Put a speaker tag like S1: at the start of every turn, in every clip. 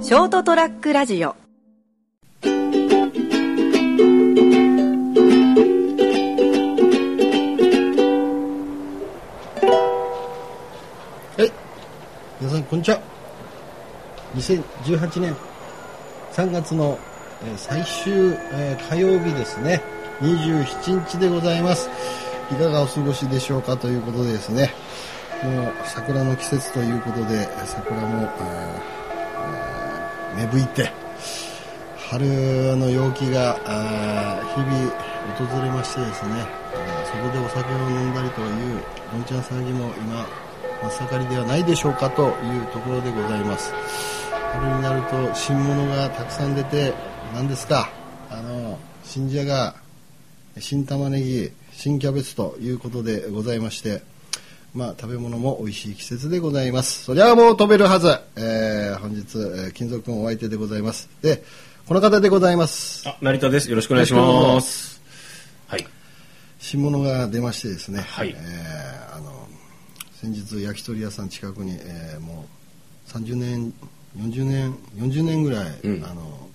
S1: ショートトラックラジオ
S2: はい。皆さん、こんにちは。2018年3月の、えー最終、えー火曜日ですね。27日でございます。いかがお過ごしでしょうかということでですね。もう桜の季節ということで、桜も、あーあー芽吹いて、春の陽気があー日々訪れましてですね、あーそこでお酒を飲んだりというどんちゃん騒ぎも今真っ盛りではないでしょうかというところでございます春になると新物がたくさん出て何ですかあの新じゃが新玉ねぎ新キャベツということでございましてまあ、食べ物も美味しい季節でございます。そりゃあもう飛べるはず。えー、本日、えー金属君お相手でございます。で、この方でございます。
S3: あ、成田です。よろしくお願いします。はい。
S2: 新物が出ましてですね、
S3: はい
S2: えーあの先日焼き鳥屋さん近くに、えーもう30年40年40年ぐらい、
S3: うん
S2: あの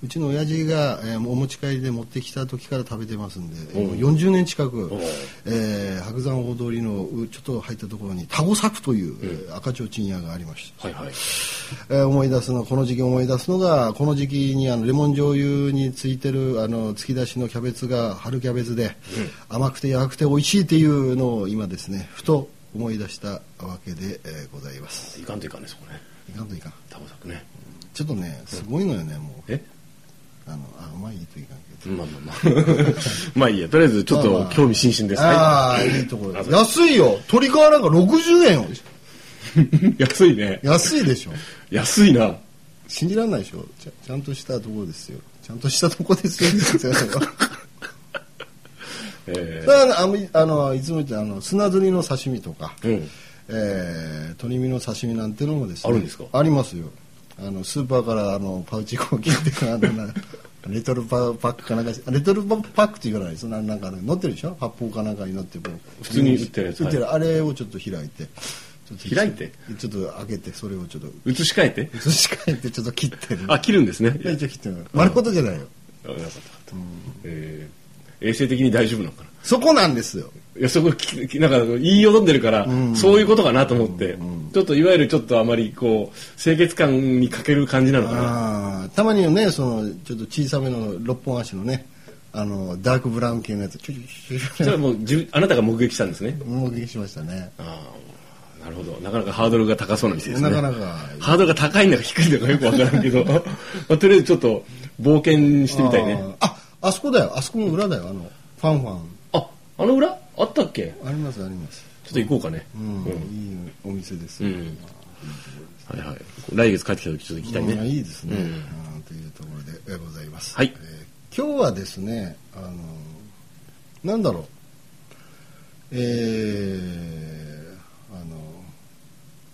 S2: うちの親父が、えーもうお持ち帰りで持ってきた時から食べてますんで、
S3: おう
S2: もう40年近く
S3: おう、
S2: えー白山大通りのうちょっと入ったところにタゴ作という、えー赤ちょうちん屋がありまして
S3: はいは
S2: え
S3: い。
S2: ー思い出すのこの時期思い出すのがこの時期にあのレモン醤油についてるあの突き出しのキャベツが春キャベツで、甘くて柔らくて美味しいっていうのを今ですねふと思い出したわけで、えーございます
S3: いかんといかんです、これね。
S2: いかんといかん
S3: タコ作ね。
S2: ちょっとねすごいのよねもう
S3: え
S2: あのあまあいいといかんけど
S3: まあまあま あ。まあいいや。とりあえず、ちょっ
S2: まあ
S3: と
S2: まあ
S3: 興味津々です。
S2: ああ
S3: はい
S2: いところです
S3: あ
S2: 安いよ鶏皮なんか60円よ
S3: 安い ね。
S2: 安いでしょ
S3: 安いな。
S2: 信じられないでしょちゃちゃんとしたところですよちゃんとしたとこですよって言ってたよ
S3: え
S2: だからあのいあのいつも言ってあの砂ずりの刺身とか、
S3: ーうん。
S2: えー鶏身の刺身なんてのもですね
S3: あるんですか
S2: ありますよあのスーパーからあのパウチコーキってあの なレトルパパックかなんかレトルパックって言わないですななんかね乗ってるでしょ発泡かなんかに乗ってこう
S3: 普通に売ってるやつ
S2: 売ってる、あれをちょっと開いてちょっと
S3: 開いて
S2: ちょっと開けてそれをちょっと
S3: 移し替えて。
S2: 移し替えてちょっと切ってる
S3: あ、切るんですね。
S2: いや一応切ってる丸ごとじゃないよ、
S3: あよかったよかった。えー衛生的に大丈夫なのかな。
S2: そこなんですよ
S3: いやそこききなんか言いよどんでるから、そういうことかなと思って、ちょっといわゆるちょっとあまりこう清潔感に欠ける感じなのかな
S2: あーたまにはねそのちょっと小さめの六本足のねあのダークブラウン系のやつちょちょちょち
S3: それ
S2: ょ
S3: はもう自分あなたが目撃したんですね
S2: 目撃しましたね
S3: ああなるほどなかなかハードルが高そうな店ですね
S2: なかなか
S3: ハードルが高いんだか低いんだかよくわから んけど、まあ、とりあえずちょっと冒険してみたいね
S2: あーああそこだよあそこの裏だよあのファンファン
S3: ああの裏あったっけ
S2: ありますあります
S3: ちょっと行こうかね
S2: う、
S3: うんん、
S2: いいお店です
S3: う
S2: よ、
S3: んはいはい来月帰ってきた時ちょっと行きたいね、
S2: うんいいですね、
S3: うん
S2: うんというところでございます、
S3: はい
S2: えー今日はですねあのなんだろうえー、あの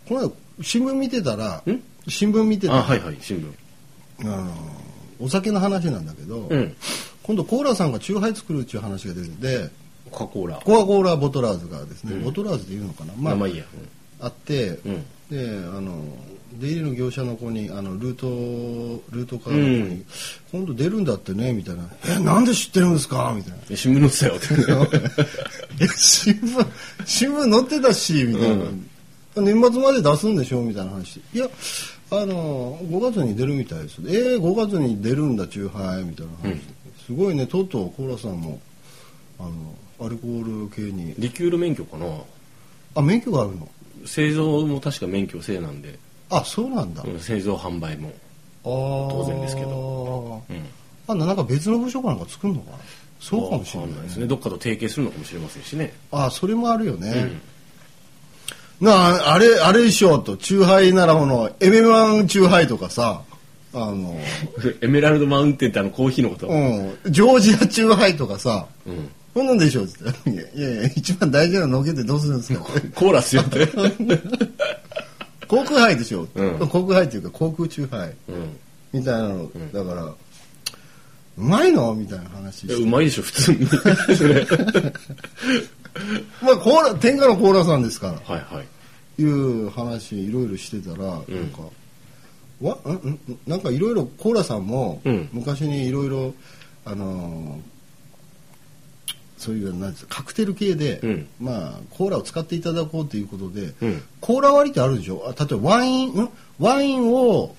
S2: この間新聞見てたら
S3: ん
S2: 新聞見てたら
S3: あはいはい新聞
S2: あのお酒の話なんだけど、
S3: うん
S2: 今度コーラさんがチューハイ作るっていう話が出てて
S3: コカ・コーラ
S2: コアコーラボトラーズがですね、
S3: うん
S2: ボトラーズで言うのかな、
S3: まあまあいいや、
S2: あって、
S3: うんうん
S2: であの出入りの業者の子にあのルートルートカーの子に、
S3: うん
S2: 今度出るんだってねみたいな「えなんで知ってるんですか?」みたいな
S3: 新聞載ってた よって。
S2: 「え新聞新聞載ってたし」みたいな、年末まで出すんでしょ?」みたいな話「いやあの5月に出るみたいです」「えー、5月に出るんだチューハイ」みたいな話、
S3: うん
S2: すごいねとうとうコーラさんもあのアルコール系に
S3: リキュール免許かな
S2: あ免許があるの
S3: 製造も確か免許制なんで、
S2: あそうなんだ、
S3: うん製造販売も。
S2: 当
S3: 然ですけ
S2: ど
S3: うん
S2: あなんか別の部署かなんか作るのかなそうかもしれない,、
S3: わかんですね。どっかと提携するのかもしれませんしね。
S2: あそれもあるよね、なああれあれでしょとチューハイならこのエメマンチューハイとかさあの、
S3: エメラルドマウンテンってあのコーヒーのこと。
S2: うん、ジョージアチューハイとかさ
S3: うん
S2: こんなんでしょっつって「いやいやいや一番大事なののけてどうするんですか?」
S3: コーラスよって。
S2: 航空ハイでしょ、
S3: うん
S2: 航空ハイっていうか航空チューハイ
S3: うん
S2: みたいなの、だからうまいのみたいな話し
S3: い
S2: て
S3: やうまいでしょ、普通に。 それ。
S2: まあ、コーラ天下のコーラさんですから
S3: はいはい。
S2: いう話いろいろしてたら、なんかわんんなんかいろいろコーラさんも
S3: うん
S2: 昔にいろいろあのーそういうなんですかカクテル系で、
S3: うん
S2: まあコーラを使っていただこうということで、
S3: うん
S2: コーラ割りってあるでしょあ例えばワインんワインを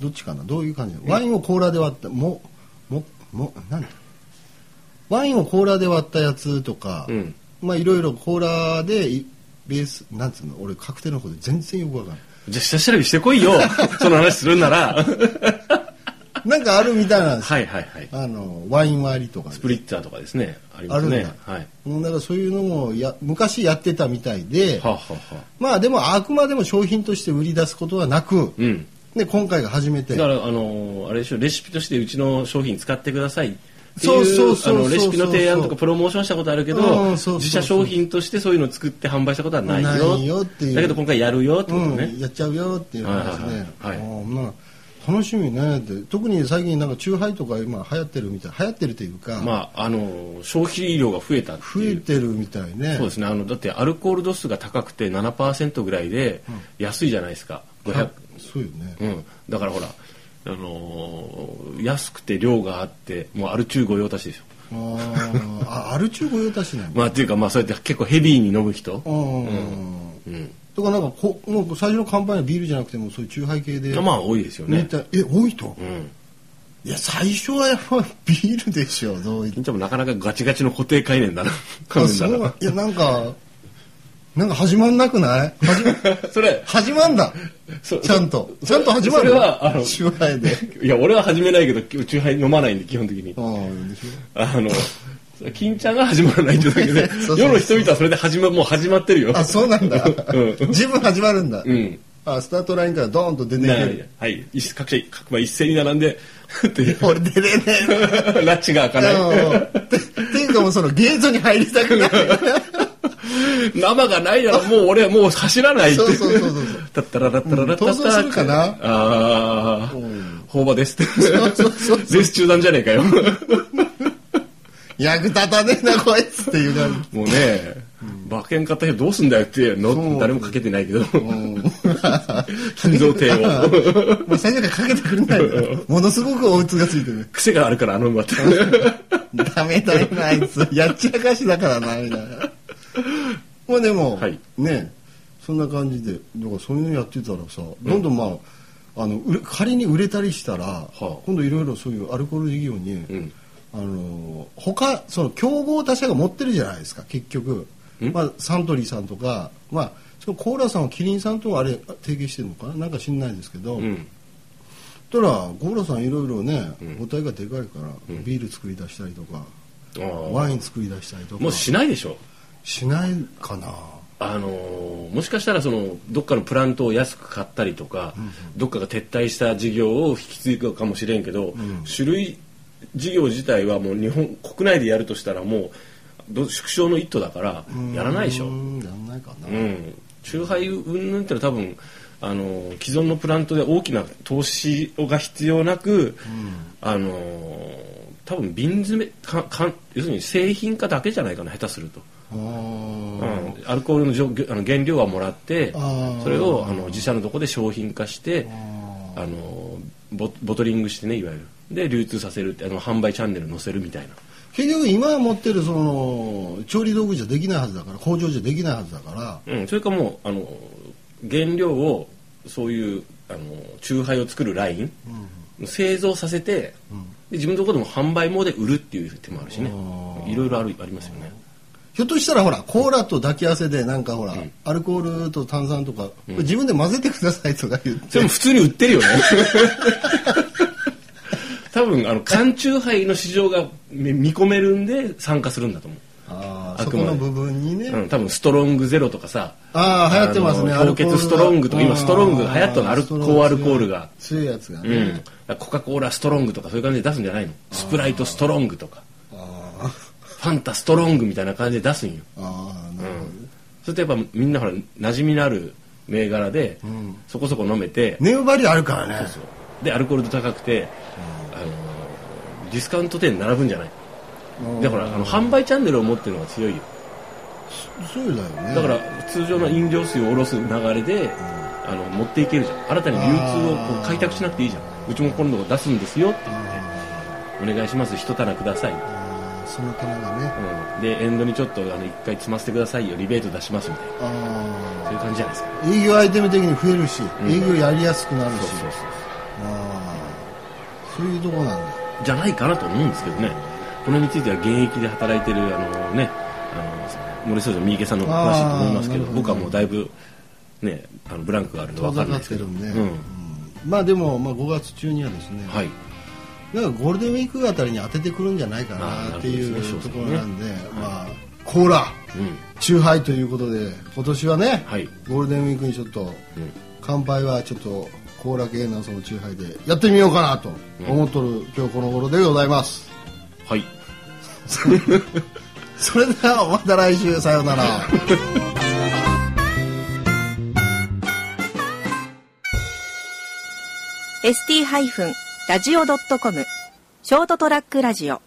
S2: どっちかなどういう感じワインをコーラで割ったもももなんだワインをコーラで割ったやつとか、
S3: うん
S2: まあいろいろコーラでいベースなんつうの俺カクテルのこと全然よくわかんない
S3: じゃあ下調べしてこ いよその話するんなら
S2: なんかあるみたいなんですよ
S3: はいはいはい
S2: あのワイン割りとかで
S3: スプリッターとかですねあります
S2: ある
S3: ね
S2: んだ
S3: はい
S2: うんだからそういうのもや昔やってたみたいで、
S3: はあ、はあはあ、
S2: まあでもあくまでも商品として売り出すことはなく、
S3: うん
S2: で今回が初めて
S3: だからあのーあれでしょレシピとしてうちの商品使ってくださいって
S2: そう
S3: い
S2: そう
S3: う
S2: そ
S3: あ
S2: うそう
S3: のレシピの提案とかプロモーションしたことあるけど
S2: うんそうそうそう
S3: 自社商品としてそういうのを作って販売したことはないよ
S2: ないよっていう
S3: だけど今回やるよってことね、
S2: うん、やっちゃうよっていう話で、ね
S3: はいはいはいはい
S2: なんか楽しみねって特に最近なんかチューハイとか今流行ってるみたい流行ってるというか、
S3: まああのー消費量が増えたって
S2: 増
S3: い
S2: え
S3: う
S2: てるみたいね
S3: そうですねあのだってアルコール度数が高くて7%ぐらいで安いじゃないですか、
S2: は
S3: 500
S2: そうよね、
S3: うん、だからほら、あのー安くて量があってもうアル中御用達でしょ
S2: あーあアルチュー御用達なんだ、
S3: まあっていうかまあそうやって結構ヘビーに飲む人、
S2: うん
S3: うん
S2: とかなんかこもう最初の乾杯はビールじゃなくてもそういうチューハイ系で
S3: まあ多いですよ
S2: み
S3: ね
S2: たいえ多いと、
S3: うん
S2: いや最初はやっぱビールでしょどういって
S3: でもなかなかガチガチの固定概念だな
S2: あ
S3: 観念
S2: そ
S3: だ
S2: う
S3: な
S2: ないやなんかなんか始まんなくない始ま
S3: それ
S2: 始まんだ
S3: そ
S2: ちゃんとちゃんと始まる
S3: それはあの
S2: チューハイ で
S3: いや俺は始めないけどきチューハイ飲まないんで基本的に
S2: ああでしょ
S3: あのそれ金ちゃんが始まらないっていうだけで
S2: そうそうそう
S3: 夜の人々はそれで始まもう始まってるよ
S2: あそうなんだ
S3: うん
S2: 自分始まるんだ、
S3: うん
S2: あスタートラインからドーンと出て
S3: な
S2: ける
S3: はい一各社各馬一斉に並んでっていう
S2: 俺出れね
S3: ラッチが
S2: え
S3: 開かない
S2: うんてっていうかもうそのゲートに入りたく ない
S3: 生がないならもう俺はもう走らないって
S2: そうそうそうそう
S3: タッタララッタララッ
S2: うん
S3: タッタ
S2: 逃走するかな
S3: ああー、法馬ですって
S2: そうそう
S3: レース中断じゃねえかよ
S2: 役立たねえなこいつっていう感じ
S3: もうね、馬券買った人どうすんだよって
S2: そう
S3: の誰もかけてないけど金
S2: 金
S3: 蔵帝を
S2: もう最初からかけてくれないんだものすごく大津がついてる
S3: 癖があるからあの馬って
S2: ダメだよなあいつやっちゃかしだからなみたいなまあでも、
S3: はい
S2: ねそんな感じでだからそういうのやってたらさ、どんどんまああの売れ仮に売れたりしたら、
S3: あ
S2: 今度いろいろそういうアルコール事業に、
S3: ん
S2: あの他その競合他社が持ってるじゃないですか結局、まあ、サントリーさんとか、まあ、そのコーラさんはキリンさんとはあれ提携してるのかななんか知んないですけど、
S3: うん
S2: たらゴーラさんいろいろね母体がでかいから、ビール作り出したりとか、
S3: あー
S2: ワイン作り出したりとか
S3: もうしないでしょ
S2: しないかな
S3: あのーもしかしたらそのどっかのプラントを安く買ったりとか、どっかが撤退した事業を引き継ぐかもしれんけど、種類事業自体はもう日本国内でやるとしたらもうど縮小の一途だからやらないでしょ。
S2: う
S3: うん
S2: ーんやらないかな、
S3: チューハイ云々ってのは多分あのー既存のプラントで大きな投資が必要なく、あのー多分瓶詰めかかん要するに製品化だけじゃないかな下手すると。
S2: あー
S3: うんアルコールのじょあの原料はもらって
S2: あー
S3: それをあの自社のとこで商品化して
S2: あ
S3: あのボボトリングしてねいわゆるで流通させるってあの販売チャンネル載せるみたいな
S2: 結局今持ってるその調理道具じゃできないはずだから工場じゃできないはずだから
S3: うん、それかもうあの原料をそういうあのチューハイを作るライン、製造させて、で自分のところでも販売もで売るっていう手もあるしねいろいろあるありますよね
S2: ひょっとしたらほらコーラと抱き合わせでなんかほら、アルコールと炭酸とか、これ自分で混ぜてくださいとか言って
S3: それも普通に売ってるよね多分あの缶中杯の市場が見見込めるんで参加するんだと思
S2: あー
S3: あ
S2: そ
S3: く
S2: こ
S3: ま
S2: の
S3: で
S2: 部分にね、
S3: う、うん、多分ストロングゼロとかさ
S2: ああ流行ってますね
S3: あの凍結ストロングとか今ストロングが流行ったのアル高アルコールが
S2: 強いやつが
S3: う
S2: ね、
S3: ん、コカ・コーラストロングとかそういう感じで出すんじゃないのスプライトストロングとか
S2: あ
S3: ファンタストロングみたいな感じで出すんよ
S2: ーあーなるほど、
S3: それとやっぱみんなほら馴染みのある銘柄で、そこそこ飲めて、
S2: ネオバリューあるからね
S3: そうでアルコール度高くて、あのディスカウント店に並ぶんじゃない
S2: うん
S3: だからあの販売チャンネルを持ってるのが強いよ
S2: そうだよね
S3: だから通常の飲料水を下ろす流れで、あの持っていけるじゃん新たに流通をこう開拓しなくていいじゃんうちも今度出すんですよって言ってお願いします一棚ください、う
S2: あーその棚がね
S3: ん、でエンドにちょっとあの一回積ませてくださいよリベート出しますみたいなそういう
S2: あ
S3: 感じじゃないですか
S2: ー営業アイテム的に増えるし、
S3: ん
S2: 営業やりやすくなるし
S3: そうそうそう
S2: あーそういうとこなんだ
S3: じゃないかなと思うんですけどねこれについては現役で働いてるあのねあの森総長三池さんの方が詳しいと思いますけど
S2: あーなるほど
S3: 僕はもうだいぶねあのブランクがあるんで
S2: 遠
S3: 分か
S2: ざ
S3: んな
S2: か
S3: い
S2: っ
S3: ですけ
S2: て
S3: ど
S2: るんで、
S3: う
S2: う
S3: ん
S2: んまあでも、まあ、5月中にはですね、
S3: はい
S2: なんかゴールデンウィークあたりに当ててくるんじゃないか
S3: あ
S2: な
S3: ー
S2: ってい
S3: なるほど
S2: う
S3: そ
S2: と
S3: う
S2: こ
S3: で
S2: ろな
S3: すね
S2: んで、まあ、コーラ、
S3: うん
S2: チューハイということで、今年はね、
S3: はい
S2: ゴールデンウィークにちょっと、
S3: うん
S2: 乾杯はちょっとコーラ系のそのチューハイでやってみようかなと思っとる、今日この頃でございます。
S3: はい
S2: それではまた来週、さようなら。
S1: ST-radio.com ショートトラックラジオ